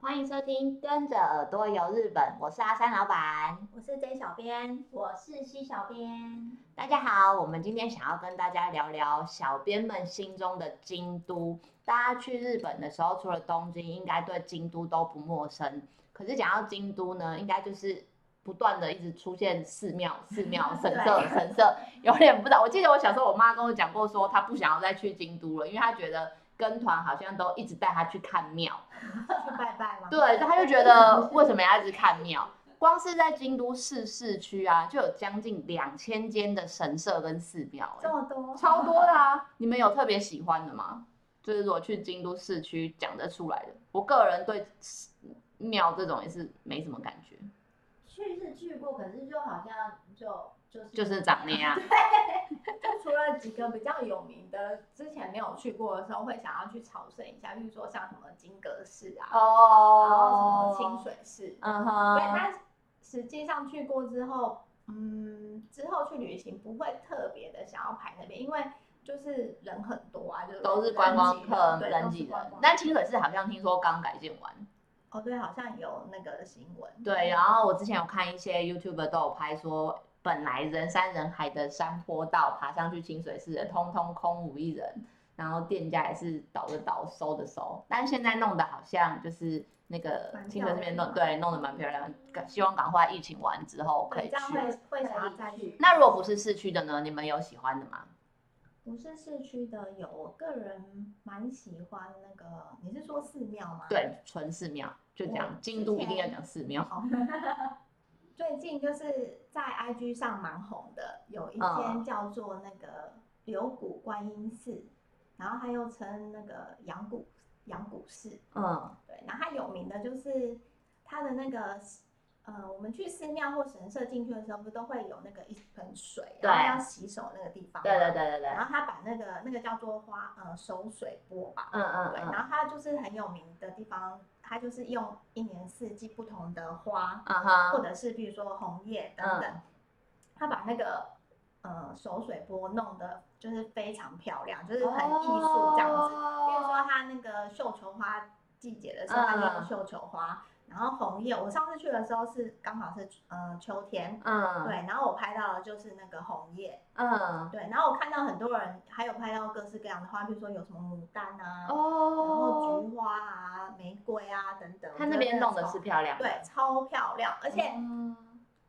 欢迎收听《跟着耳朵游日本》，我是阿三老板。我是 J 小编，我是 C 小编。大家好，我们今天想要跟大家聊聊小编们心中的京都。大家去日本的时候，除了东京，应该对京都都不陌生。可是讲到京都呢，应该就是不断的一直出现寺庙、寺庙、神社、神社，有点不知道。我记得我小时候，我妈跟我讲过说她不想要再去京都了，因为她觉得跟团好像都一直带她去看庙。去拜拜吗？对，他就觉得为什么要一直看庙？光是在京都市市区啊，就有将近两千间的神社跟寺庙、这欸，么多，超多的啊！你们有特别喜欢的吗？就是我去京都市区讲得出来的，我个人对庙这种也是没什么感觉，去是去过，可是就好像就就是就是长那啊样。就除了几个比较有名的，之前没有去过的时候，会想要去朝圣一下，比如说像什么金阁寺啊，然后哦什么清，水寺。嗯对，哼，但实际上去过之后，嗯，之后去旅行不会特别的想要排那边，因为就是人很多啊，就是都是观光客，对，人都是挤观人光。客。但清水寺好像听说刚改建完，哦，对，好像有那个新闻。对，然后我之前有看一些 YouTube 都有拍说，本来人山人海的山坡道爬上去清水寺的，通通空无一人，然后店家也是倒的倒，收的收，但是现在弄得好像就是那个蛮清漂水寺边亮弄的对弄得蛮漂亮的，赶希望赶快疫情完之后可以对，这样去。会会想要再去。那如果不是市区的呢？你们有喜欢的吗？不是市区的有，我个人蛮喜欢那个，你是说寺庙吗？对，纯寺庙就讲我京之都一定要前讲寺庙。好。最近就是在 IG 上蛮红的，有一嗯间叫做那个柳谷观音寺，然后它又称那个阳谷阳谷寺。嗯对，然后它有名的就是它的那个，呃，我们去寺庙或神社进去的时候，不都会有那个一盆水，然对后要洗手那个地方。对对。对对对，然后他把那个那个叫做花呃手水波吧，嗯嗯对，嗯然后它就是很有名的地方，它就是用一年四季不同的花，嗯或哼，者是比如说红叶等嗯等，它把那个呃手水波弄得就是非常漂亮，就是很艺术这样子。比如哦说它那个绣球花季节的时候，它就嗯用绣球花，然后红叶，我上次去的时候是刚好是呃秋天。嗯，对，然后我拍到的就是那个红叶，嗯，对，然后我看到很多人还有拍到各式各样的花，比如说有什么牡丹啊，然后哦，菊花啊、玫瑰啊等等。他那我觉得边真的弄的超是漂亮的，对，超漂亮，而而且嗯，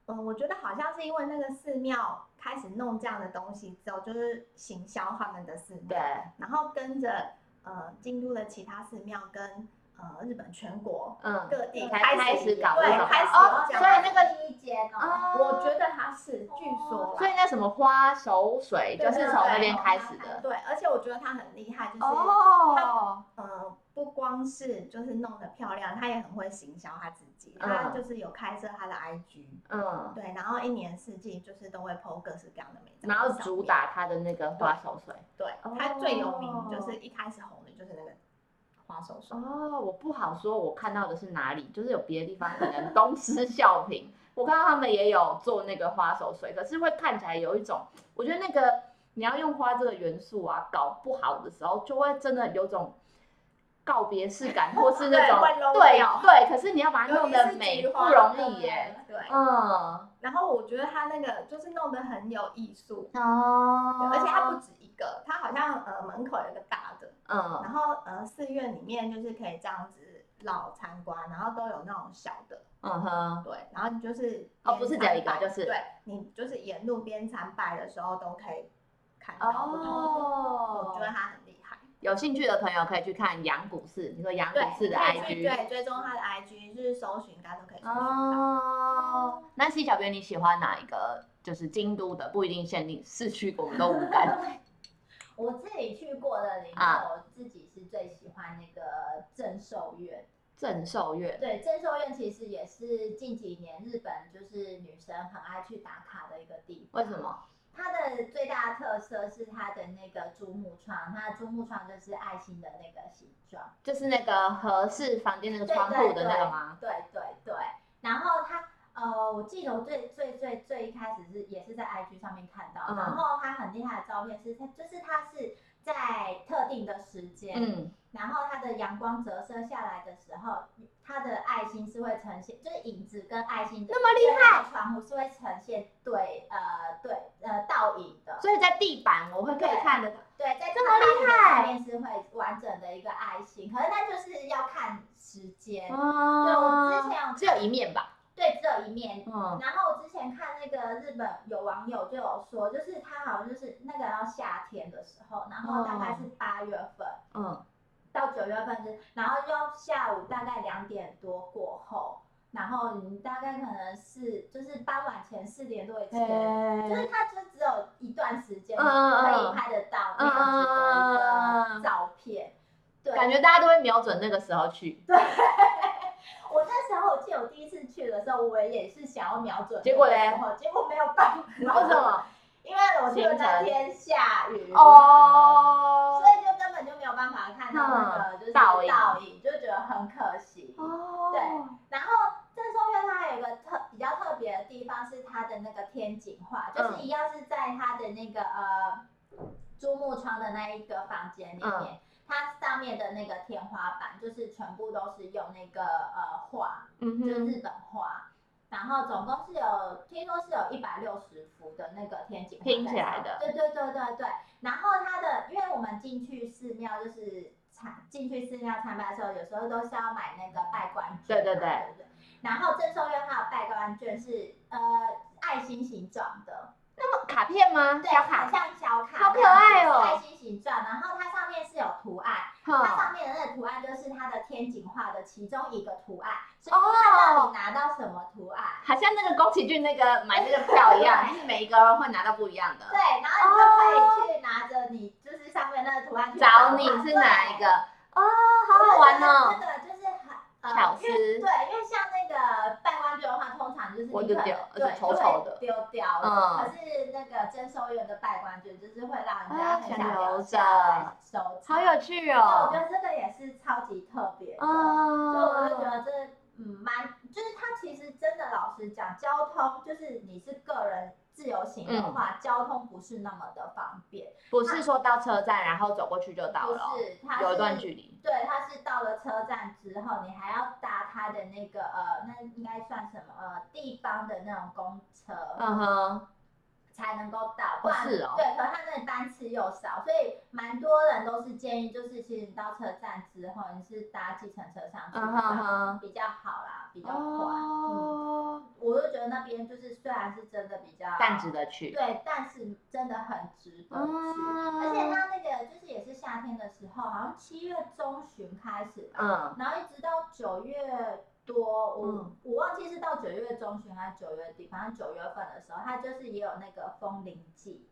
我觉得好像是因为那个寺庙开始弄这样的东西之后，就是行销他们的寺对庙，，然后跟着呃京都的其他寺庙跟呃日本全国嗯，各地嗯才开开始始搞对这种开始哦有，这所样以那个，第一间哦，哦我觉得它是，据说所以啦，那什么花手水就对是对从那对边开花始开的，对，而且我觉得它很厉害，就是哦，呃，不光是就是弄得漂亮，他也很会行销他自己，嗯他就是有开设他的 IG，、嗯，对，然后一年四季就是都会 PO 各式各样的美照。然后主，打他的那个花手水，对，哦他最有名就是一开始红的就是那个花手霜，哦，我不好说，我看到的是哪里，就是有别的地方可能东施效颦。我看到他们也有做那个花手水，可是会看起来有一种，我觉得那个你要用花这个元素啊，搞不好的时候就会真的有种告别式感，或是那种对会 low 对掉对，可是你要把它尤弄其得是美菊不花容的易耶。对，嗯，然后我觉得他那个就是弄得很有艺术，对哦而且他不止一个，他好像呃门口有一个大的，嗯然后呃寺院里面就是可以这样子老参观，然后都有那种小的。嗯哼，对，然后你就是哦边不是只有一个参拜就是对你就是沿路边参拜的时候都可以看到不同的，我觉得哦，他很厉害。有兴趣的朋友可以去看杨谷寺，你说杨谷对，寺的可以 IG，去对追踪他的 IG，就是搜寻大家都可以搜寻到。哦，那 C 小编你喜欢哪一个？就是京都的，不一定限定市区，我们都无 感。我自己去过的里面，啊我自己是最喜欢那个正寿院。正寿月，对，正寿院其实也是近几年日本就是女生很爱去打卡的一个地方。为什？么？它的最大的特色是它的那个珠木窗，它的珠木窗就是爱心的那个形状。就是那个合适房间那个对窗户的那个吗？？对对对对对。然后他呃，我记得我最最最最一开始是也是在 IG 上面看到，嗯然后他很厉害的照片是，他就是他是在特定的时间，嗯，然后它的阳光折射下来的时候，它的爱心是会呈现，就是影子跟爱心的那么厉害，对它的窗户是会呈现对呃对呃倒影的，所以在地板我会可以看得到。对，在这么厉害上面是会完整的一个爱心，可是它就是要看时间。对，我之哦，前有只有一面吧。对只有一面，嗯，然后我之前看那个日本有网友就有说，就是他好像就是那个要夏天的时候，然后大哦概是八月份。嗯，到九月份之，然后又下午大概两点多过后，然后你大概可能是就是傍晚前四点多以前，就是它就只有一段时间嗯嗯可嗯以拍得到那样子的嗯一个照片。对，感觉大家都会瞄准那个时候去，我那时候我记得我第一次去的时候，我也是想要瞄准，结果嘞然后结果没有办法，为什？么？因为我去的那天下雨。哦所，以就根本就没有办法看到那个就是倒影倒影，就觉得很可惜。哦，对然后郑州院它还有一个特比较特别的地方是它的那个天井画，嗯就是一样是在它的那个呃珠穆窗的那一个房间里嗯面，它上面的那个天花板就是全部都是用那个呃画，嗯就是哼，日本画。然后总共是有，听说是有一百六十幅的那个天井画拼在起来的对对对对对。然后它的，因为我们进去寺庙就是参进去寺庙参拜的时候，有时候都是要买那个拜官券对嘛，对对对不对。然后正寿院它的拜官券是呃爱心形状的，卡片吗？对，小卡很，像小卡，好可爱哦爱心形状，然后它上面是有图案，它哼上面的那个图案就是它的天井画的其中一个图案，所以哦看到你拿到什么图案。好像那个宫崎骏那个买那个票一 样，就是每一个人会拿到不一样的。对，然后你就可以去拿着你就是上面那个图案去找它你是哪一个？哦，对好好玩哦！我就觉得这个就是很。呃巧思因为对，因为像那个拜官酒的话，通常就是你我就可能丢对而且丑丑的就会丢掉了。嗯可是那个征收员的拜官酒就是会让人啊家很想想留留着下来收藏。好有趣对，我觉哦！嗯得这个也是超级特别的。所以我就哦，觉得这嗯蛮，就是它其实真的老实讲，交通就是你是个人自由行的话，交通不是那么的方便，不是说到车站然后走过去就到不了哦，是它有一段是距离。对，它是到了车站之后，你还要搭它的那个呃，那应该算什么呃地方的那种公车，嗯哼，才能够到，不然、是哦对，可是它那里班次又少，所以蛮多人都是建议，就是其实你到车站之后，你是搭计程车上去嗯哼的，哼，比较好啦，比较快。嗯哦，我就觉得那边就是虽然是真的比较但值得去。对，但是真的很值哦得去。而且嗯它那个就是也是夏天的时候，好像七月中旬开始吧，嗯，然后一直到九月多，我、嗯我忘记是到九月中旬还是九月底，反正九月份的时候，它就是也有那个风铃季，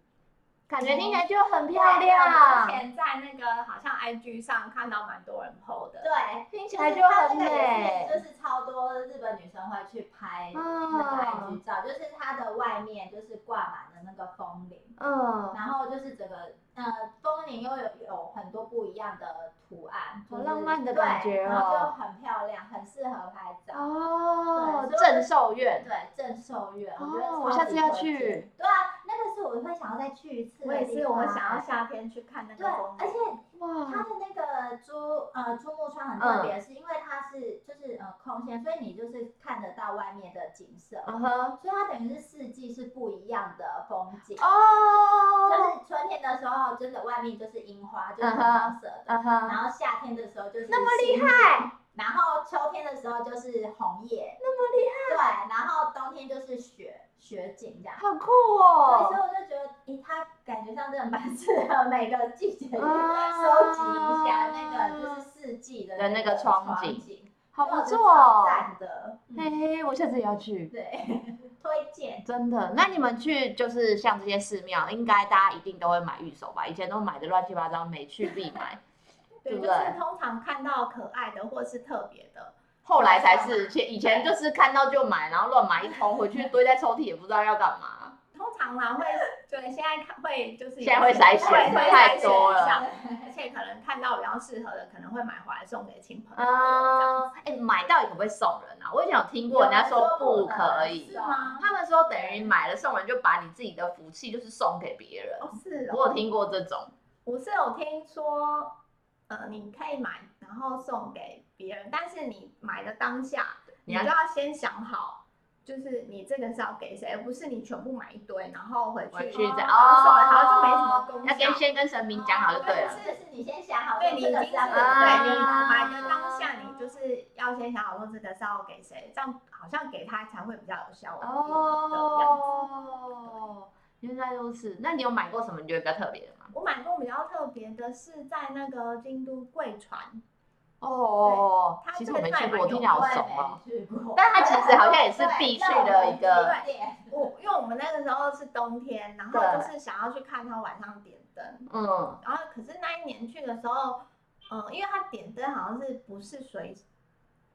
感觉听起来就很对漂我之亮。前在那个好像 IG 上看到蛮多人 PO 的，对，听起来就很美就是超多日本女生会去拍那个嗯 IG 照，就是它的外面就是挂满了那个风铃。嗯，然后就是整个呃风铃又有有很多不一样的图案，就是好浪漫的感觉对哦然后就很漂亮，很适合拍照。哦，对所以我就正寿院。对，正寿院，我觉得哦超我下次级要推荐去。对啊，那个是我会想要再去一次。我也是，我想要。夏天去看那个啊对，风而景。且它哇，的那个珠呃珠穆川很嗯特别，是因为它是就是呃空间，所以你就是看得到外面的景色，嗯哼，所以它等于是四季是不一样的风景。哦，就是春天的时候，真的外面就是樱花，就是嗯很哼黄色的。嗯哼，然后夏天的时候就是那么星厉野害，然后秋天的时候就是红叶，那对，然后冬天就是雪雪景这样。好酷对，所以哦。我就觉得，诶，它感觉上真的蛮适合每个季节去收集嗯一下啊那个就是四季的的那个窗窗景景，好所以不我觉得错哦超，赞的，嘿嗯，嘿，我下次也要去，对，推荐。真的。那你们去就是像这些寺庙，应该大家一定都会买玉手吧？以前都买的乱七八糟，没去必 买，对对，不就对是通常看到可爱的或是特别的，后来才是，前以前就是看到就买，然后乱买一通，回去堆在抽屉也不知道要干嘛。通常啦会，对，现在看会就是现在会筛选会会太筛选多了一下而且可能看到比较适合的，可能会买回来送给亲朋好友这样。啊，哎、买到底可不可以送人啊？我以前有听过人家说不可以有人说不能，是啊吗他们说等于买了送人就把你自己的福气就是送给别人。哦，是哦，我有听过这种，我是有听说，呃，你可以买然后送给别人，但是你买买的当下，你你要就要先想好，就是你这个是要给谁，而不是你全部买一堆，然后回回去去再然后送人，然后就没什么哦功要跟效。先跟神明讲好就对了。是是，你先想好，对你已这经个是是要给啊对你买谁的呃当下，你就是要先想好说这个是要给谁，这样好像给他才会比较有效果哦的样子。哦，原来如此。那你有买过什么你觉得比较特别的吗？我买过比较特别的是在那个京都贵船，哦对它其实这我个没真去的蛮过，我听起来好有味怂哦。我也没去过，但它其实好像也是必去的一个，对对我因为我们那个时候是冬天，然后对就是想要去看它晚上点灯，嗯，然后可是那一年去的时候，嗯、因为它点灯好像是不是随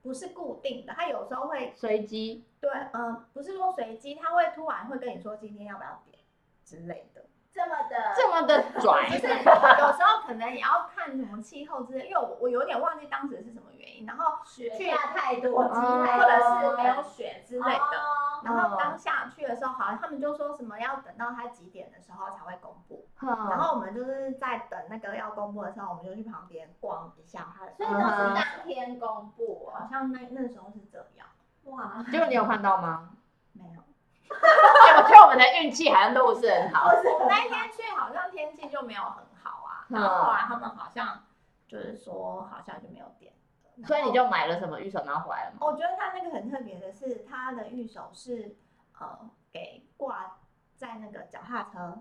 不是固定的，它有时候会随机对，嗯、不是说随机，它会突然会跟你说今天要不要点之类的。这么的，这么的拽 就是有时候可能也要看什么气候之类，因为我我有点忘记当时是什么原因，然后雪下太多，嗯鸡或太者是多没有雪之类的。哦然后当下去的时候，好像他们就说什么要等到他几点的时候才会公布，然然后我们就是在等那个要公布的时候，我们就去旁边逛一下他的。所以都是当天公布好哦，像那那时候是这样，哇，结果你有看到吗？没有。哎我觉得我们的运气好像都不是很好。那一天去好像天气就没有很好啊，嗯然后后来他们好像就是说好像就没有点了，所以你就。就买了什么预手，然后回来了吗？我觉得它那个很特别的是，它的玉手是呃给挂在那个脚踏车，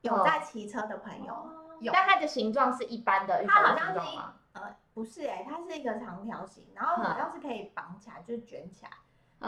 有哦在骑车的朋友，哦有但它的形状是一般的预手它好的像形是状一吗？呃不是哎、它是一个长条形，然后好像是可以绑起来，就是卷起来，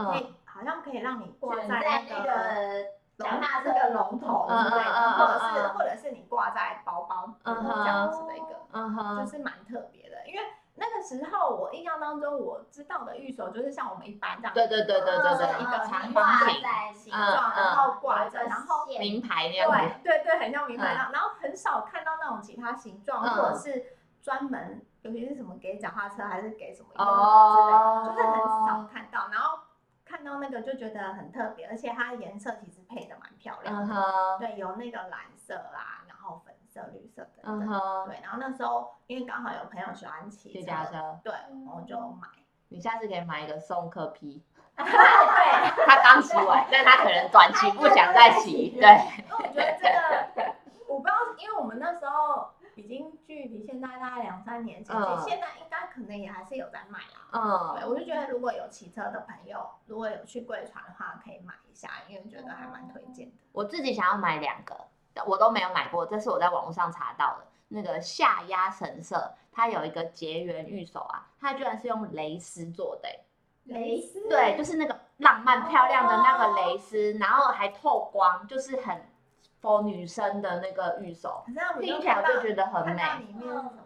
可嗯以好像可以让你挂卷那在那个个龙脚踏车的龙头之嗯嗯类的，嗯或者是嗯嗯或者是你挂在包包这嗯哼样子的一个。嗯就哼，是蛮特别的，因为那个时候我印象当中我知道的玉手就是像我们一般这样，对对对对对对，嗯一个长方方挂形在形形状，嗯然后挂着，然后名牌那样子。对对对，很像名牌然后很少看到那种其他形状，嗯或者是专门，尤其是什么给脚踏车还是给什么运动之哦类，就是很少看到。然后看到那个就觉得很特别，而且它颜色其实配的蛮漂亮嗯的。哼，对，有那个蓝色啊，然后粉色、绿色等嗯等。哼，对，然后那时候因为刚好有朋友喜欢骑就车，加车。对，我就买。你下次可以买一个送客批，对，他刚洗完，但他可能短期不想再洗，对，因为我觉得这个，我不知道，因为我们那时候已经距离现在大概两三年前，嗯其实现在应该可能也还是有在卖啦。对，嗯，我就觉得如果有骑车的朋友，如果有去贵船的话，可以买一下，因为觉得还蛮推荐的。我自己想要买两个，我都没有买过，这是我在网络上查到的。那个下压神社，它有一个结缘玉手啊，它居然是用蕾丝做的欸、蕾丝，对，就是那个浪漫漂亮的那个蕾丝，然后还透光，就是很 for 女生的那个玉手，可是我们听起来我就觉得得很看美到。里面是什么？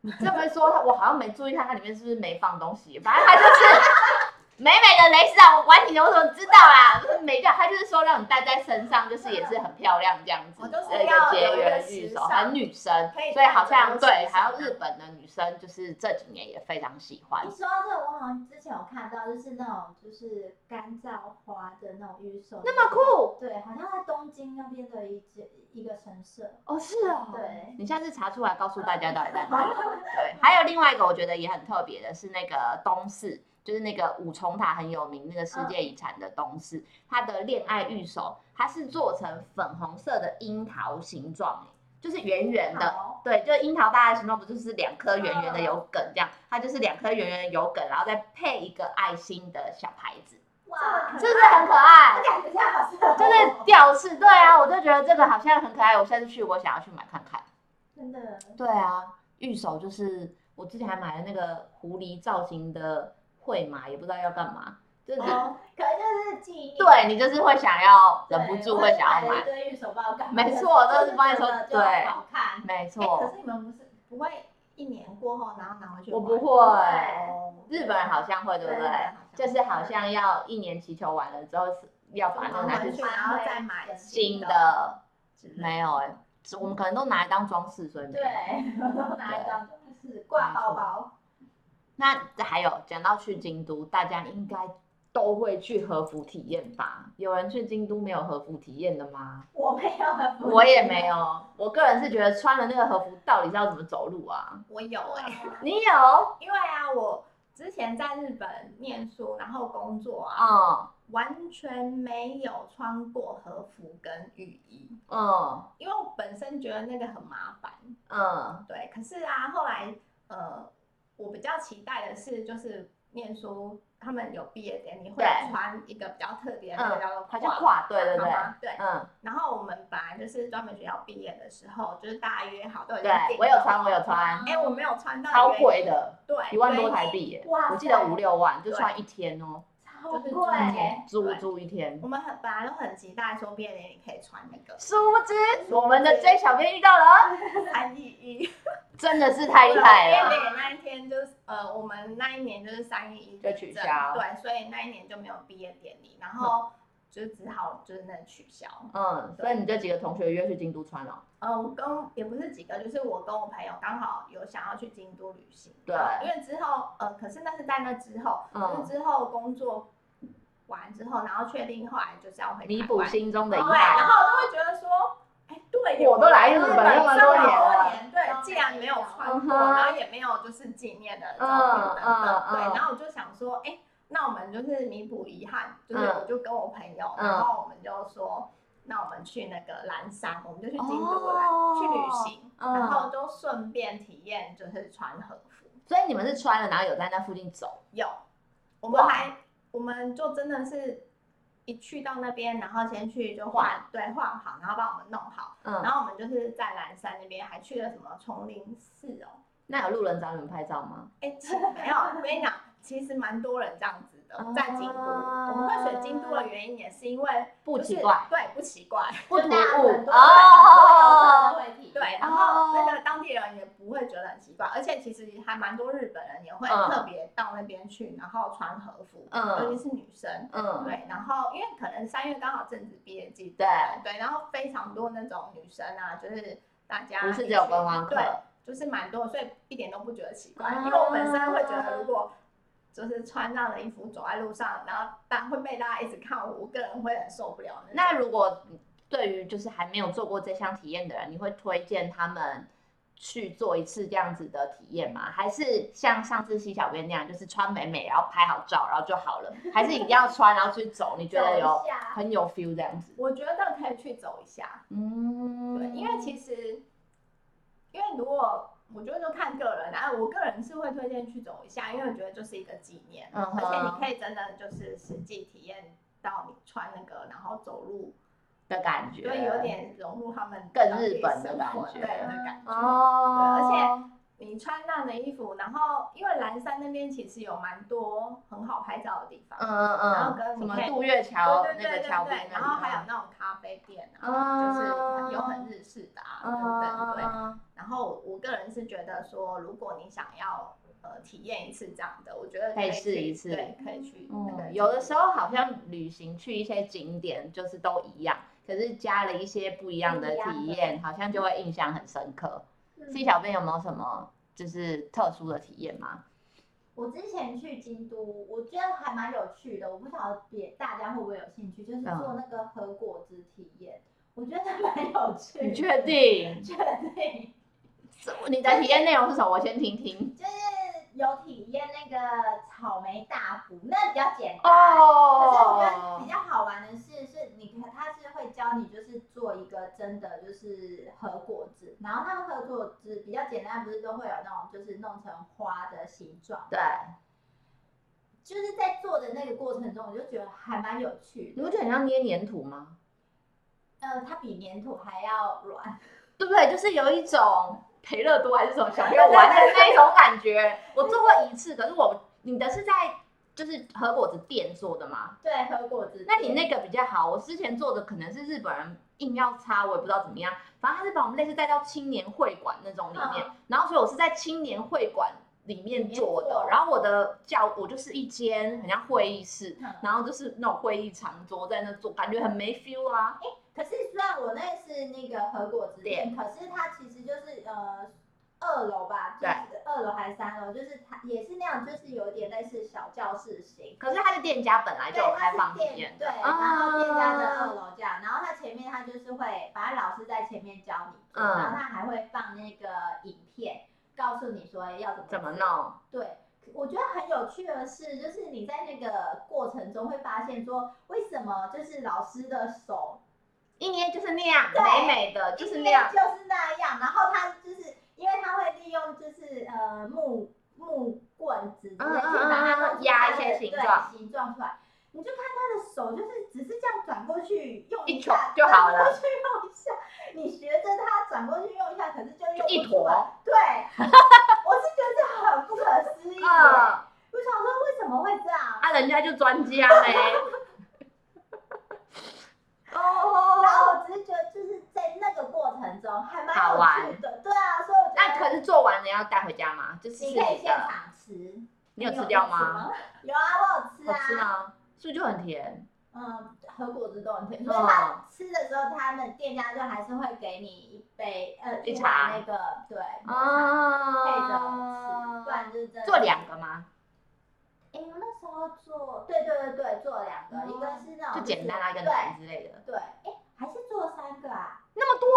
你这么一说，我好像没注意看它里面是不是没放东西，反正它就是 美美的蕾丝啊，我管你有什么知道啦，就是美掉，它就是说让你戴在身上，就是也是很漂亮这样子，我就是一个要结有一个缘时玉手，尚很女生可，以所以好戴像着对，时还尚有日本的女生就是这几年也非常喜欢你，说到这个，我好像之前有看到，就是那种就是干燥花的那种预售，那么，酷对，好像在东京那边的一间一个神社，哦，是哦，对，你下次查出来告诉大家到底在哪里。对，还有另外一个我觉得也很特别的是那个东寺，就是那个五重塔很有名，那个世界遗产的东寺，它的恋爱玉手，它是做成粉红色的樱桃形状，欸就是圆圆的。好对，就樱桃大家形状不就是两颗圆圆的有梗这样？它就是两颗圆圆的有梗，然后再配一个爱心的小牌子，哇，是不是很可爱这？感觉像好像就是吊饰，对啊，我就觉得这个好像很可爱，我下次去我想要去买看看。真的，对啊，玉手就是我之前还买了那个狐狸造型的绘马，也不知道要干嘛，就是你、哦，可能就是记忆，对你就是会想要对，忍不住会想要我也买，买了一堆预售报告，没错就是都是帮你说真的就对好看，没哎可错，是你们不是不会一年过后然后拿回去我玩？不会哦日本人好像会对不对对？对就是好像要一年祈求完了之后是要把那个拿拿回去去，然后再买新的的，之类的。没有哎、只我们可能都拿来当装饰，所以没对有。，拿一张就是挂包包，那还有讲到去京都，大家应该都会去和服体验吧？有人去京都没有和服体验的吗？我没有很不一样，我也没有，我个人是觉得穿了那个和服到底是要怎么走路啊？我有哎、你有？因为啊，我之前在日本念书，然后工作啊，嗯完全没有穿过和服跟浴衣，嗯因为我本身觉得那个很麻烦。嗯对，可是啊，后来呃，我比较期待的是，就是念书他们有毕业典礼会对穿一个比较特别的，那个叫嗯，做它叫褂跨，对对好对，吗对。嗯，然后我们本来就是专门学校毕业的时候，就是大家约好都已经对定我有了穿，我有穿，哎、我没有穿到超原因，贵的，对，一万多原台因币耶，哇我记得塞五六万，就对穿一天哦，超就是贵、中间租对租一天我。们很本来就很期待说毕业典礼可以穿那 个殊不知，我们的 J 小编遇到了，三一一，真的是太厉害因为了。那个那一天就是呃，我们那一年就是三一一就取消对，所以那一年就没有毕业典礼，然后就只好就是那取消。嗯，所以你这几个同学约去京都穿哦。呃，我跟也不是几个，就是我跟我朋友刚好有想要去京都旅行，对然后因为之后呃，可是那是在那之后，就是嗯，之后工作完之后，然后确定后来就是要回弥台补湾心中的遗对，然憾。后我都会觉得说，哎，对耶，我都来日日本本那么这多么年多了年，对，既然没有穿嗯过，哼然后也没有就是纪念的照嗯片等等嗯，对，嗯然后我就想说，哎，那我们就是弥补遗憾，就是嗯我就跟我朋友，嗯然后我们就说，那我们去那个蓝山，我们就去京都来哦去旅行，嗯然后就顺便体验就是穿和服，所以你们是穿了，然后有在那附近走。有，我们哇还我们就真的是。一去到那边，然后先去就换，对，换好，然后帮我们弄好，然嗯，后我们就是在蓝山那边还去了什么丛林寺哦，那有路人找你们拍照吗？哎， 其实没有，我跟你讲，其实蛮多人这样子哦的，在京都。啊我们会选京都的原因也是因为不就是奇怪，对，不奇 怪，不突就大家兀很多很多游客哦。都会提，对。然后那个当地人也不会觉得很奇怪，而且其实还蛮多日本人也会嗯特别到那边去，然后穿和服，嗯尤其是女生。嗯，对，然后因为可能三月刚好正值毕业季，对对，然后非常多那种女生啊，就是大家不是一只有群观光客对，，就是蛮多，所以一点都不觉得奇怪。啊因为我本身会觉得，如果就是穿那样的衣服走在路上，然后大会被大家一直看我，我个人会很受不了种。那如果对于就是还没有做过这项体验的人，你会推荐他们去做一次这样子的体验吗？还是像上次西小编那样，就是穿美美，然后拍好照，然后就好 了？还是一定要穿，然后去走？你觉得有走一下很有 feel 这样 子？我觉得可以去走一下，嗯，对，因为其实，因为如果我觉得就看个人，然后我个人是会推荐去走一下，因为我觉得就是一个纪念，嗯而且你哼可以真的就是实际体验到你穿那个，然后走路，的感觉，就会有点融入他们更当地日本的生感活觉对的感觉。哦，对而你穿那样的衣服，然后因为蓝山那边其实有蛮多很好拍照的地方，嗯嗯然嗯，后跟什你么可以渡月桥对那对对个对桥边对，那然里，啊后还有那种咖啡店啊，嗯就是有很日式的啊，嗯等等对。然后我个人是觉得说，如果你想要呃体验一次这样的，我觉得可以去试一次对，可以去那个嗯，有的时候好像旅行去一些景点就是都一样，可是加了一些不一样的体验，好像就会印象很深刻。C 小编有没有什么就是特殊的体验吗？我之前去京都，我觉得还蛮有趣的，我不晓得别大家会不会有兴趣，就是做嗯那个和果子体验，我觉得蛮有趣的。你确？定？确定。你的体验内容是什么？我先听听。就是有体验那个草莓大福，那比较简单。可是我觉得哦比，较好玩的是，是你可他是会教你就是做一个真的就是和果子，然后它的和果子比较简单，不是都会有那种就是弄成花的形状。对，就是在做的那个过程中，我就觉得还蛮有你趣的。不觉得很像捏黏土吗？呃，它比粘土还要软，对不对？就是有一种培乐多还是什么小朋友玩的那一种感觉。我做过一次，可是我你的是在就是和果子店做的吗？ 对，和果子。那你那个比较好，我之前做的可能是日本人硬要插，我也不知道怎么样。反正他是把我们类似带到青年会馆那种里面，嗯然后所以我是在青年会馆里面做里的面做。然后我的教我就是一间很像会议室，嗯然后就是那种会议长桌在那做，感觉很没 feel 啊。可是虽然我那是那个和果子店，可是它其实就是呃二楼吧，就是二楼还是三楼，就是它也是那样，就是有点类似小教室型。可是他的店家本来就有对，它开放是体店验，对，的，然后店家的二啊楼这样，然后它前面它就是会，反正老师在前面教你做，嗯然后它还会放那个影片，告诉你说要怎么怎么做弄？对，我觉得很有有趣的是，就是你在那个过程中会发现说，为什么就是老师的手一捏就是那样，对美美的，就是那样。就是那样，然后他就是因为他会利用就是呃木木棍子之类去嗯嗯嗯把它嗯弄出压它一些的形对状形状出来。你就看他的手，就是只是这样转过去用一下，球就好转了过去用一下，你学着他转过去用一下，可是就用就一不出来坨。对， 我是觉得很不可思议耶。嗯，我想说为什么会这样？啊，人家就专家 嘞。哦，然后我只是觉得就是在那个过程中还蛮好玩有趣的，对啊，所以我觉得那可是做完了要带回家吗？就是你可以现的，场吃。你有吃掉吗？？有啊，我有吃好啊。吃啊，是不是就很甜？嗯，和果子都很甜，嗯所以他吃的时候，他们店家就还是会给你一杯呃一碗茶那个对抹茶配着吃，啊不，然就是真的哦做两个吗？哎，我那时候做对对对对做两个，哦一个是那种就简单来啊一个奶之类的，对对，哎还是做三个啊，那么多？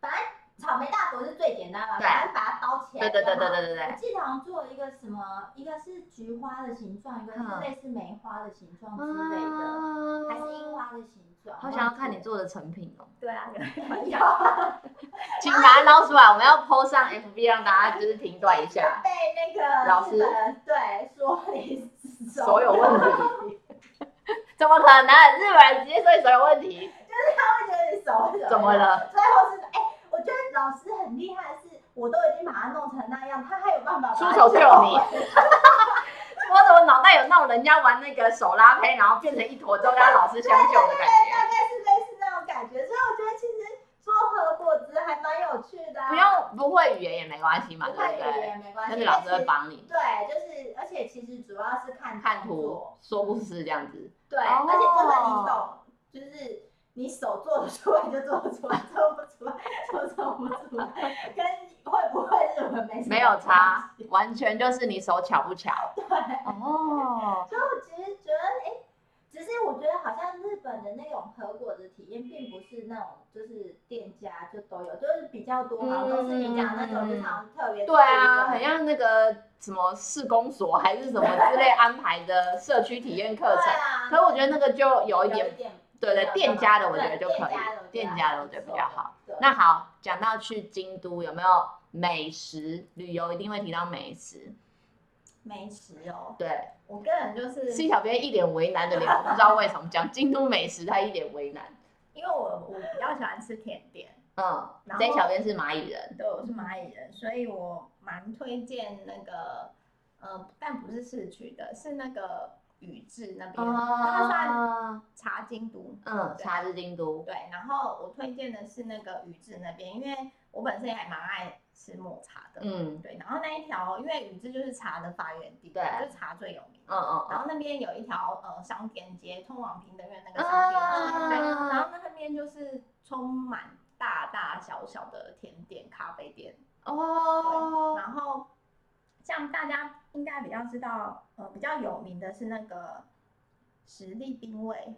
反正草莓大果是最简单了，对反正把它包起来对就对好对对对对我对。记得好像做了一个什么，一个是菊花的形状，一个是嗯类似梅花的形状之类的。啊还是樱花的形状。好想要看你做的成品 哦，对啊， 朋友被请把它捞出来，我们要 PO 上 FB 让大家就是评断一下那个老师日本对说你所有问题。 怎么可能？日本人直接说你所有问题，他会觉得你手很怎么？了？最后是哎、我觉得老师很厉害的是，我都已经把它弄成那样，他还有办法把它出手救你！救回 来我怎么脑袋有那种人家玩那个手拉胚，然后变成一坨之后跟他老师相救的感对， 觉？大概是类似那种感觉。所以我觉得其实做和果子还蛮有趣的、啊，不用不会语言也没关系嘛，不对会不语对？言没关系，但是老师会但其实帮你对，就是而且其实主要是看看动图作，说故事这样子。对，哦而且真的你手就是你手做得出来就做得出来，做不出来就做不出来，跟会不会日文没什么没有差关系，完全就是你手巧不巧。对，哦，所以我其实觉得，哎、只是我觉得好像日本的那种和果的体验，并不是那种就是店家就都有，就是比较多，好像都是你讲的那种，就是好像特别嗯对啊，注意很的像那个什么市公所还是什么之类安排的社区体验课对程。啊，可是我觉得那个就有一有点，点对对，店家的我对觉得就可以，店店家家的的我我觉觉得得比较好。对那好，讲到去京都有没有美食旅游，一定会提到美食。美食哦，对我个人就是，C 小编一脸为难的脸，我不知道为什么讲京都美食，他一脸为难。因为我我比较喜欢吃甜点，嗯然后，C 小编是蚂蚁人，对，我是蚂蚁人，所以我蛮推荐那个，呃，但不是市区的，是那个宇治那边，哦它算啊，茶京都，嗯，对茶之京都，对，然后我推荐的是那个宇治那边，因为我本身也还蛮爱吃抹茶的，嗯对，然后那一条，因为宇治就是茶的发源地，对就是茶最有名。嗯嗯嗯，然后那边有一条呃商店街，通往平等院那个商店街，对，啊然后那边就是充满大大小小的甜点咖啡店，对，哦，然后像大家应该比较知道，呃，比较有名的是那个实力冰味，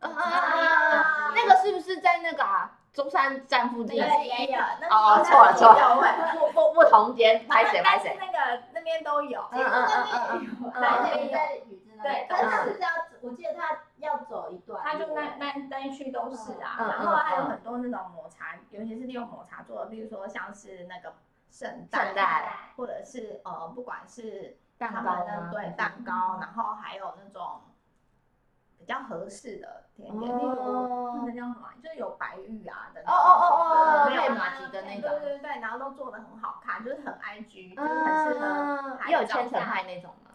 嗯嗯嗯嗯。那个是不是在那个啊中山站附那近？个对也也有有，那哦个错了错了，不不不同间，拍谁拍但是谁？那个那边都有，嗯嗯嗯嗯嗯，白天在雨之那对，边但是他不是要，我记得他要走一段它路，就那那那一区都是啊，嗯嗯然后还有嗯嗯很多那种抹茶，尤其是利用抹茶做的，例如说像是那个圣圣诞，诞或者是呃，不管是蛋他们糕的吗对蛋糕，然后还有那种比较合适的甜点，例哦如那个叫什么，就是有白玉啊等哦等哦哦哦那哦，些的配对马吉的那对个，对对，然后都做的很好看，就是很 IG，就是很适合嗯，拍也有照千层嗯下派那种吗？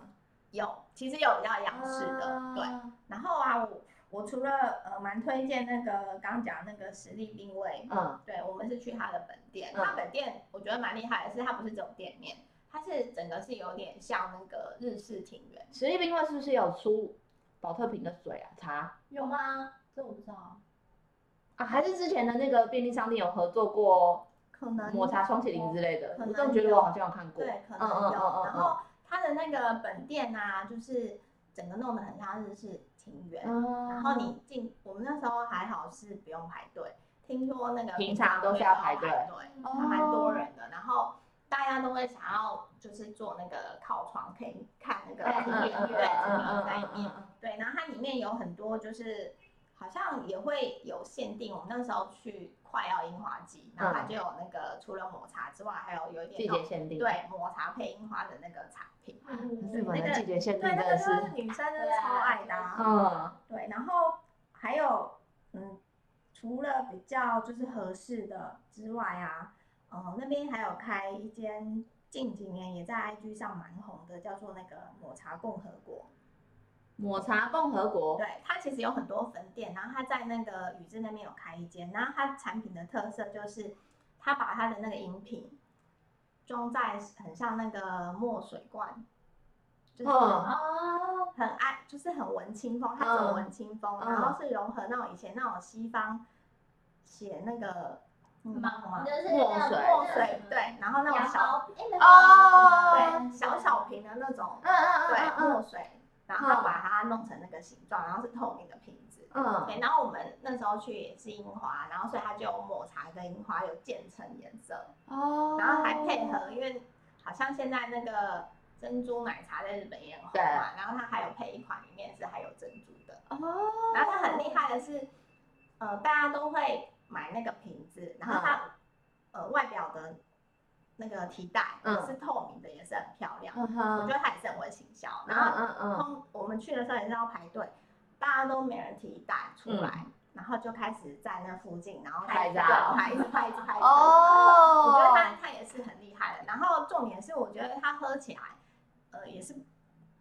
有，其实有比较洋式的，对。然后啊，我我除了呃蛮推荐那个刚刚讲那个实力定位，嗯对我们是去它的本店，嗯它本店我觉得蛮厉害的是，它不是只有店面，它是整个是有点像那个日式庭园，实力冰块是不是有出保特瓶的水啊茶有吗？这我不知道。啊？还是之前的那个便利商店有合作过可能抹茶双麒麟之类的？可我能真的觉得我好像有看过。对，可嗯能有。嗯嗯然嗯后它的那个本店啊，就是整个弄得很像日式庭园，嗯，然后你进，我们那时候还好是不用排队，听说那个平常都是要排队哦队，还蛮多人的。然后大家都会想要就是坐那个靠窗可以看那个嗯平原嗯乐在那里面。嗯对，然后它里面有很多就是好像也会有限定，我们那时候去快要樱花季，然后它就有那个除了抹茶之外，还有有嗯一季点那节种限定，，对抹茶配樱花的那个产品。日本的季节限定对，真那个的，就是是女生真的超爱的、啊。嗯对，然后还有嗯，除了比较就是合适的之外啊，呃，那边还有开一间近几年也在 IG 上蛮红的，叫做那个抹茶共和国。抹茶共和国，对，它其实有很多分店，然后它在那个宇治那边有开一间，然后它产品的特色就是它把它的那个饮品装在很像那个墨水罐，就是嗯哦，很爱，就是很文青风，它走文青风，嗯然后是融合那种以前那种西方写那个嗯什么就是墨那水种墨水，对，然后那种羊小毛哎那个哦嗯对小小瓶的那种嗯嗯对嗯墨水，然后把它弄成那个形状，然后是透明的瓶子。嗯嗯，对，然后我们那时候去也是樱花，然后所以它就有抹茶跟樱花有渐层颜色，哦然后还配合，因为好像现在那个珍珠奶茶在日本也很红嘛，然后它还有配一款里面是还有珍珠的，哦，然后它很厉害的是，呃，大家都会买那个瓶子，然后它、嗯呃外表的那个提袋嗯是透明的，也是很漂亮，嗯我觉哼，得它也是很会行销，然后嗯嗯通我们去的时候也是要排队，大家都没人提袋出来，然后就开始在那附近，然后嗯拍开始照拍一直拍一直拍 嗯，一直拍。我觉得哦，他他也是很厉害的，然后重点是我觉得他喝起来，呃，也是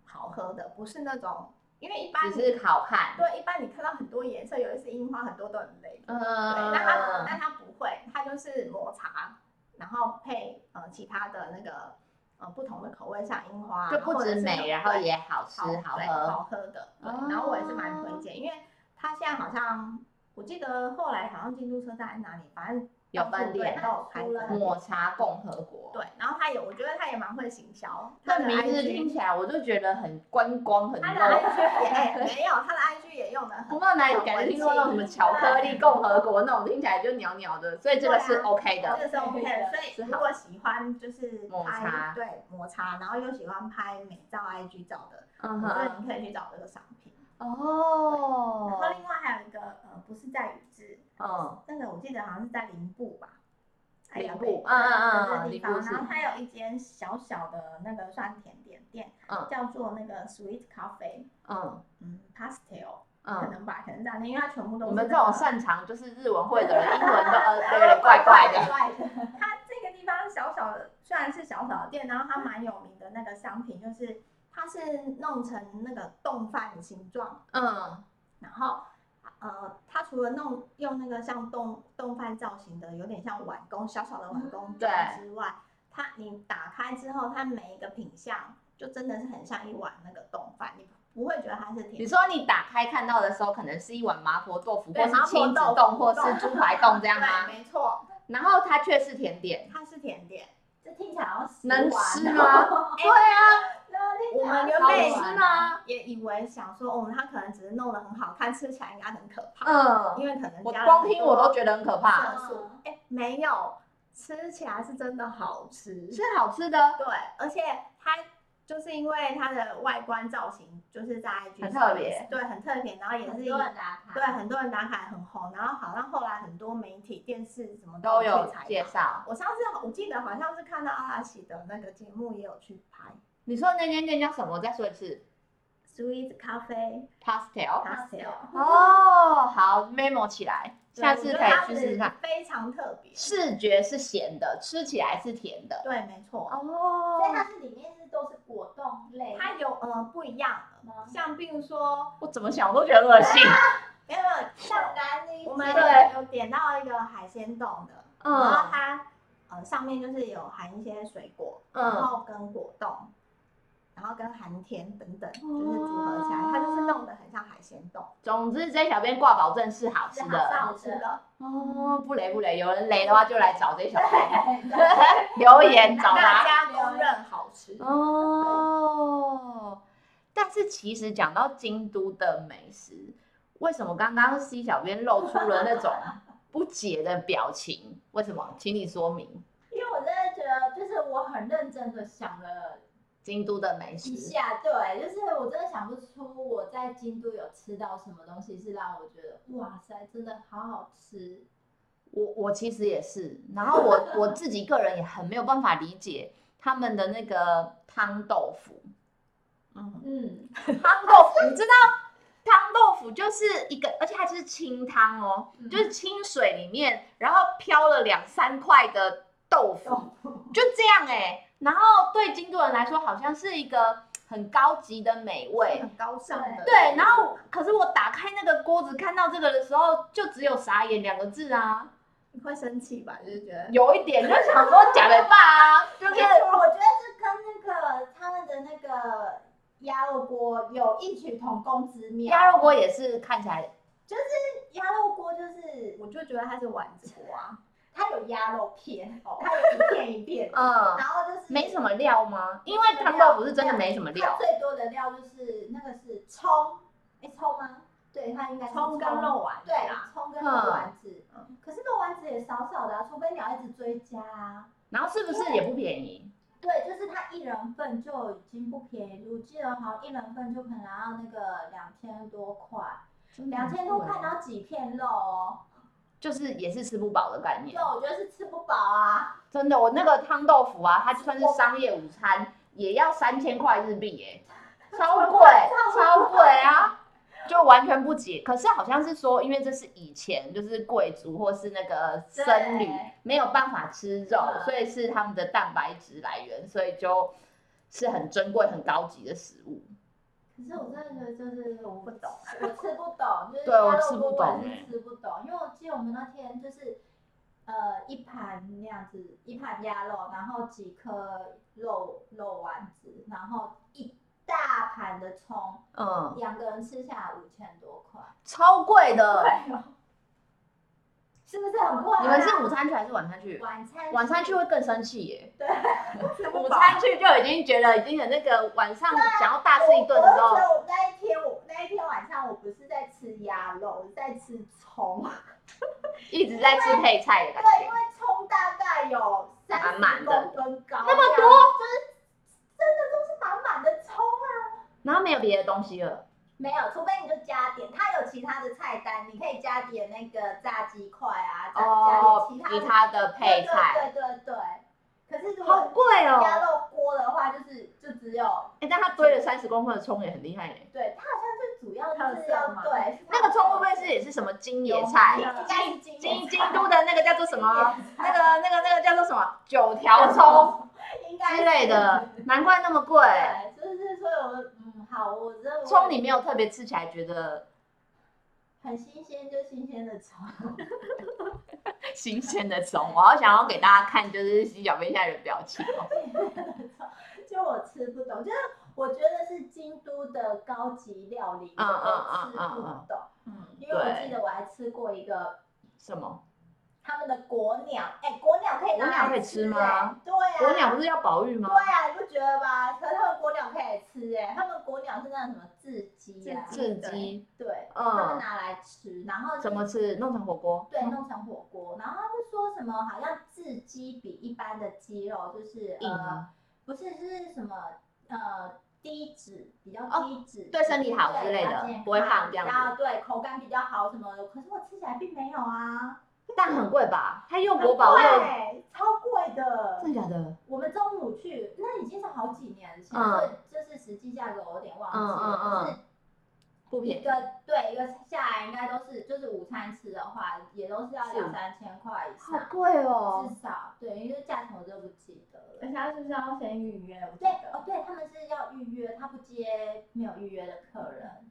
好喝的，不是那种因为一般只是好看，对一般你看到很多颜色，尤其是樱花，很多都很累。嗯，对，但它但它不会，它就是抹茶，然后配呃其他的那个呃不同的口味，像樱花啊，就不或者止是美，然后对也好吃好好对喝，哦好喝的。对，然后我也是蛮推荐，因为它现在好像我记得后来好像京都车站还是哪里，反正有分店到处对都有开分抹茶共和国，对，然后它也我觉得它也蛮会行销，它这的名字听 IG 起来我就觉得很观光，很它的 low。 IG 也、哎没有，它的 IG 也用的不 很知。道哪里感觉听说那种什么巧克力共和国那种，听起来就袅袅的，所以这个是对啊 OK 的。这个是 OK 的，所以是好如果喜欢就是抹拍茶对抹茶，然后又喜欢拍美照、IG 照的，嗯我觉得哼，你可以去找这个商品。然后哦，另外还有一个呃，不是在宇治，嗯，那个我记得好像是在林布吧，在林雅布北嗯嗯对嗯对林地布方。是然后它有一间小小的那个算甜点店，嗯叫做那个 Sweet Cafe，嗯嗯，Pastel，可嗯，能吧，可能这样，因为它全部都我是们那这种个擅长就是日文会的人，英文都 呃都有点怪怪的。的，它这个地方小小的，虽然是小小的店，然后它蛮有名的那个商品就是它是弄成那个冻饭的形状，嗯然后呃，它除了弄用那个像冻冻饭造型的，有点像碗工小小的碗工状嗯对之外，它你打开之后，它每一个品相就真的是很像一碗那个冻饭，你不会觉得它是甜你的。说你打开看到的时候，可能是一碗麻婆豆腐，对或是亲子麻婆豆冻，腐或是猪排冻这样吗对，？没错，然后它却是甜点，它是甜点。这听起来好像能吃 哦吗？对啊，我们原好本吃吗？也以为想说，哦，它可能只是弄得很好看，吃起来应该很可怕，嗯，因为可能我加了光很听多我都觉得很可怕，色素。哎、没有，吃起来是真的好吃。是好吃的，对，而且它就是因为它的外观造型，就是在 IG 很特上也别是，对，很特别，然后也很是多以人打卡，对很多人打卡很红，然后好像后来很多媒体、电视什么都有去采介访。绍。我上次我记得好像是看到阿拉奇的那个节目也有去拍你说那间店叫什么？再说一次 Sweet Cafe ，Pastel。 Pastel。哦，好，memo 起来，对下次可以去试试，我觉得它看。是非常特别。视觉是咸的，吃起来是甜的。对，没错，哦所以它是里面是都是果冻类，它有呃不一样吗的，像比如说，我怎么想我都觉得恶心。啊没有没有，像很难理解。我们对有点到一个海鲜冻的，然后嗯它呃上面就是有含一些水果，然嗯，后跟果冻，然后跟寒天等等，就是组合起来，它就是哦弄得很像海鲜冻，总之这小编挂保证是好吃是是的。好吃的。哦，不雷不雷，有人雷的话就来找这小编对留言找大他。家公认好吃。嗯哦，但是其实讲到京都的美食，为什么刚刚 C 小编露出了那种不解的表情？为什么？请你说明。因为我真的觉得，就是我很认真的想了京都的美一食，下，对，就是我真的想不出我在京都有吃到什么东西是让我觉得哇塞，真的好好吃。我我其实也是，然后我我自己个人也很没有办法理解他们的那个汤豆腐，嗯，嗯，汤豆腐，你知道汤豆腐就是一个，而且它就是清汤哦，嗯就是清水里面，然后飘了两三块的豆腐，豆就这样哎、然后对京都人来说，好像是一个很高级的美味。很高尚的。对，然后可是我打开那个锅子看到这个的时候，就只有傻眼两个字啊，你会生气吧？就是觉得有一点就想说假的吧啊，就是我觉得这跟那个他们的那个鸭肉锅有异曲同工之妙。鸭肉锅也是看起来，鸭肉锅就是我就觉得它是丸子锅啊，它有鸭肉片，它有一片一片然嗯后就是没什么料吗？因为汤豆腐是真的没什么它料，最多的料就是那个是葱，哎、葱吗？对，它应该是葱跟肉丸子对啊，，葱跟嗯肉丸子。嗯可是肉丸子也少少的、啊，除非你要一直追加啊。然后是不是也不便宜？对，就是它一人份就已经不便宜，我记得好像一人份就可能要那个两千多块，两千多块，然后几片肉哦。就是也是吃不饱的概对，念。我觉得是吃不饱啊。真的，我那个汤豆腐啊，它就算是商业午餐，也要三千块日币 耶、超贵，超贵啊！就完全不解。可是好像是说，因为这是以前就是贵族或是那个僧侣对没有办法吃肉，嗯所以是他们的蛋白质来源，所以就是很珍贵、很高级的食物。可是我真的觉得就是我不懂，我吃不懂，就是对我鸭吃不肉锅懂我也欸是吃不懂，因为我记得我们那天就是呃一盘那样子，一盘鸭肉，然后几颗肉肉丸子，然后一大盘的葱，嗯，两个人吃下来五千多块，超贵的。对哦，是不是很贵、啊？你们是午餐去还是晚餐去？晚餐晚餐去会更生气耶。 对，吃不午饱。餐去就已经觉得已经有那个晚上想要大吃一顿的时我我候就觉，得我那一天，我那一天晚上我不是在吃鸭肉，我在吃葱。一直在吃配菜的感对，因觉。为葱大概有三满满十公的分高，那么这多样就是真的都是满满的葱啊。然后没有别的东西了，没有，除非你就加点，它有其他的菜单，你可以加点那个炸鸡块啊，加、哦，加其点其他的他的配菜，对对对对对。可是如好果贵鸭哦。肉锅的话，就是就只有哎，但它堆了三十公分的葱也很厉害耶。对，它好像最主要特就是色要嘛对那个葱会不会是也是什么京野菜有？应该是京京京野京都的那个叫做什么？那个那个那个叫做什么？九条葱应该之类的，难怪那么贵。对，就是所以我嗯好，我真的葱你没有特别吃起来觉得很新鲜，就新鲜的葱。新鲜的葱，我好想要给大家看就是洗脚杯现在的表情哦。就我吃不懂，就是我觉得是京都的高级料理，嗯我嗯嗯吃嗯不嗯懂。嗯，因为我对记得我还吃过一个什么？他们的国鸟，哎，国鸟可以国拿鸟可来以吃哎吗？对啊，国鸟不是要保育吗对？啊，你不觉得吧？可是他们国鸟可以吃哎，他们国鸟是那种什么雉鸡啊，雉雉鸡，对，他们嗯，拿来吃，然后怎么吃？弄成火锅？对弄成火锅，然后他就说什么好像雉鸡比一般的鸡肉就是硬呃吗？不是，就是什么呃低脂比较哦低脂、对身体好之类的对比较健康不会胖这样子然后对口感比较好什么的，可是我吃起来并没有啊，但很贵吧？它又国宝又对，超贵的。真的假的？我们中午去，那已经是好几年前，嗯所以就是实际价格我有点忘记嗯嗯嗯了，就是不便一宜，个对一个下来应该都是就是午餐吃的话，也都是要是两三千块以好上，贵至哦！少对，因为价钱我都不记得了而。且它是不是要先预约？我记对得哦，对，他们是要预约，他不接没有预约的客人。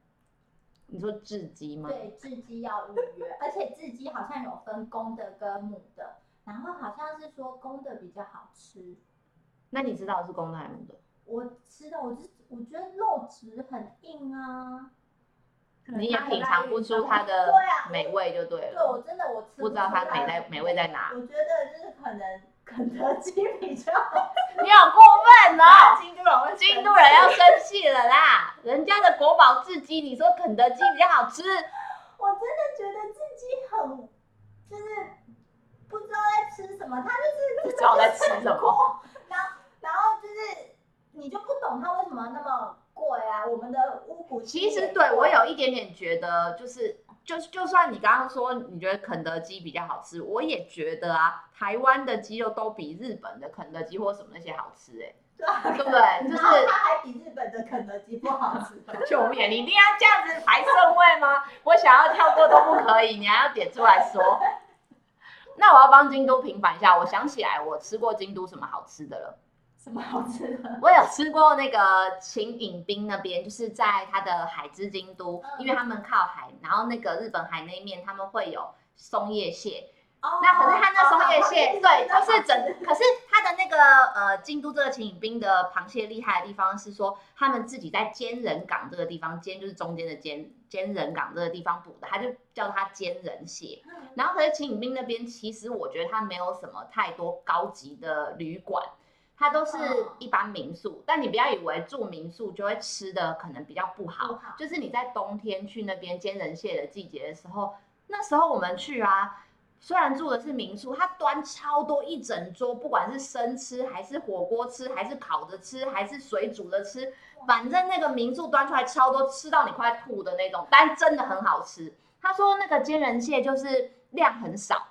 你说雉鸡吗？对，雉鸡要预约，而且雉鸡好像有分公的跟母的，然后好像是说公的比较好吃。那你知道是公的还是母的？我吃的，我就我觉得肉质很硬啊。可能你也它有品尝不出赖它的对啊美味就对对，了。我真的我吃不知道它出美来在美味在哪？我觉得就是可能肯德基比较好。你好过分哦！京都人会京都人要生气了啦！人家的国宝雉鸡，你说肯德基比较好 吃？我真的觉得自己很，就是不知道在吃什么，它就是不知道在吃什么锅，然后然后就是你就不懂它为什么那么贵啊。我们的乌骨鸡其也实贵对我有一点点觉得，就是就就算你刚刚说你觉得肯德基比较好吃，我也觉得啊，台湾的鸡肉都比日本的肯德基或什么那些好吃、欸，对啊，哎，对不对？就然后是它还比日本的肯德基不好 吃。救命，你一定要这样子排顺位吗？我想要跳过都不可以，你还要点出来说。 那我要帮京都平反一下，我想起来我吃过京都什么好吃的了。什么好吃的？我有吃过那个秦影冰那边，就是在它的海之京都，嗯因为他们靠海，然后那个日本海那一面他们会有松叶蟹。哦那可是它那松叶蟹，对，它就是整，可是它的那个呃京都这个秦影冰的螃蟹厉害的地方是说，他们自己在坚人港这个地方，坚就是中间的坚，坚人港这个地方捕的，它就叫它坚人蟹。然后可是秦影滨那边，其实我觉得它没有什么太多高级的旅馆，它都是哦一般民宿。但你不要以为住民宿就会吃的可能比较不好，不好就是你在冬天去那边煎人蟹的季节的时候，那时候我们去啊。虽然住的是民宿，它端超多一整桌，不管是生吃还是火锅吃，还是烤着吃，还是水煮着吃，反正那个民宿端出来超多，吃到你快吐的那种，但真的很好吃。他说那个煎人蟹就是量很少，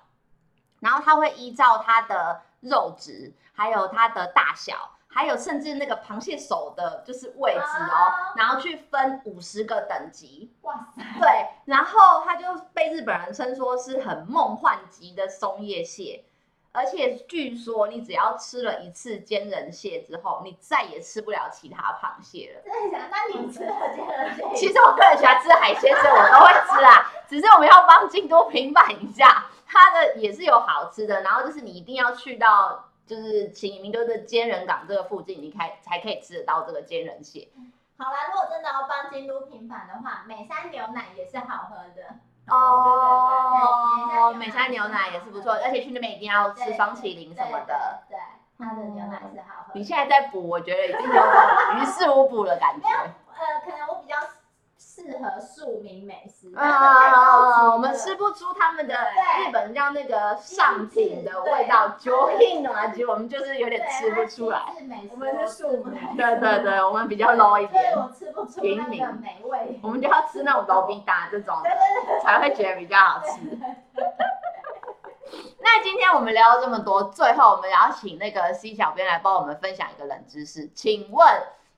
然后他会依照它的肉质，还有它的大小，还有甚至那个螃蟹手的就是位置哦啊，然后去分五十个等级。哇塞，对，然后它就被日本人称说是很梦幻级的松叶蟹。而且据说，你只要吃了一次煎人蟹之后，你再也吃不了其他螃蟹了。真的假的？那你吃了煎了蟹？其实我个人喜欢吃海鲜，所以我都会吃啊。只是我们要帮京都平反一下，它的也是有好吃的。然后就是你一定要去到就是秦明就是坚人港这个附近，你才才可以吃得到这个坚人蟹。好啦，如果真的要帮京都平反的话，美山牛奶也是好喝的。哦，对对对美山牛奶也是不错，而且去那边一定要吃双麒麟什么的。。对对对，它的牛奶是好喝你的。现在在补，我觉得已经有种于事无补的感觉。呃，可能我比较适合庶民美食。 啊，我们吃不出他们的对日本叫那个上品的味道，对酒品啊，就我们就是有点吃不出来。。我们是庶民对对对，我们比较 low 一点，我吃不出那个美味。我们就要吃那种罗宾达这种对对对，才会觉得比较好吃。那今天我们聊了这么多，最后我们也要请那个 C 小编来帮我们分享一个冷知识，请问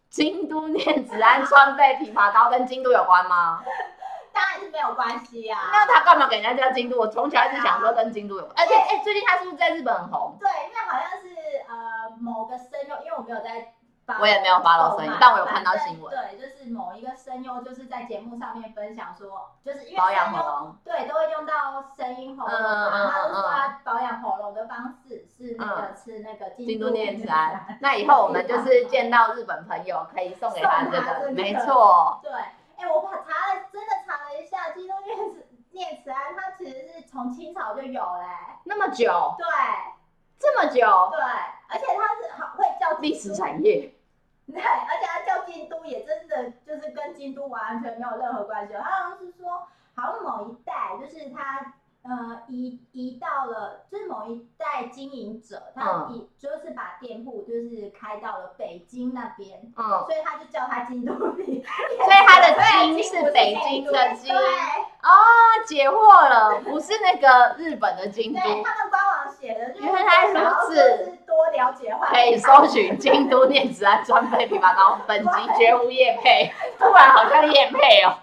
京都念子安川贝枇杷膏跟京都有关吗？当然是没有关系啊。那他干嘛给人家叫京都？我从小一直想说跟京都有关，而且哎、最近他是不是在日本很红？对，因为好像是呃某个声优，因为我没有在发，我也没有 follow 声优但我有看到新闻对，就是某一个声优就是在节目上面分享说，就是因为保养声喉优咙，对都会用到声音喉咙嗯嗯嘛，他就嗯说他保养喉咙的方式是那个吃那个京京都都念慈 子庵。那以后我们就是见到日本朋友，可以送给他这送他这个， 个没错。对，哎，我把查了，真的查了一下，京都念慈念慈庵，它其实是从清朝就有欸嘞、那么久，对这么久，对，而且它是好会叫历史京都产业，对，而且他叫京都也真的就是跟京都完全没有任何关系哦。他好像是说，好像某一代就是他呃移移到了，就是某一代经营者，他嗯移、就是把店铺就是开到了北京那边，嗯，所以他就叫他京都里。所以他的对京不是北京的京京都哦，解惑了，不是那个日本的京对都，对，他们官网写的，就是原来如想要就此是多了解的话，可以搜寻京都啊念慈庵川贝枇杷膏，本集绝无夜配，突然好像夜配哦。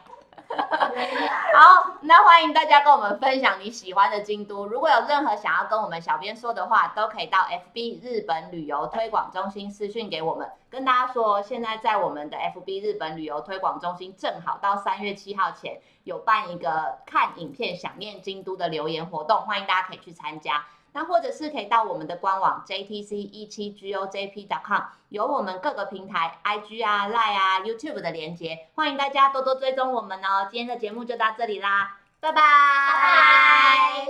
原来好，那欢迎大家跟我们分享你喜欢的京都。如果有任何想要跟我们小编说的话，都可以到 FB 日本旅游推广中心私讯给我们。跟大家说，现在在我们的 FB 日本旅游推广中心，正好到三月七号前有办一个看影片想念京都的留言活动，欢迎大家可以去参加。那或者是可以到我们的官网 JTC 一七 GOJP.com，有我们各个平台 IG 啊、Line 啊、YouTube 的连接，欢迎大家多多追踪我们哦。今天的节目就到这里啦，拜拜。拜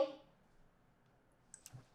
拜。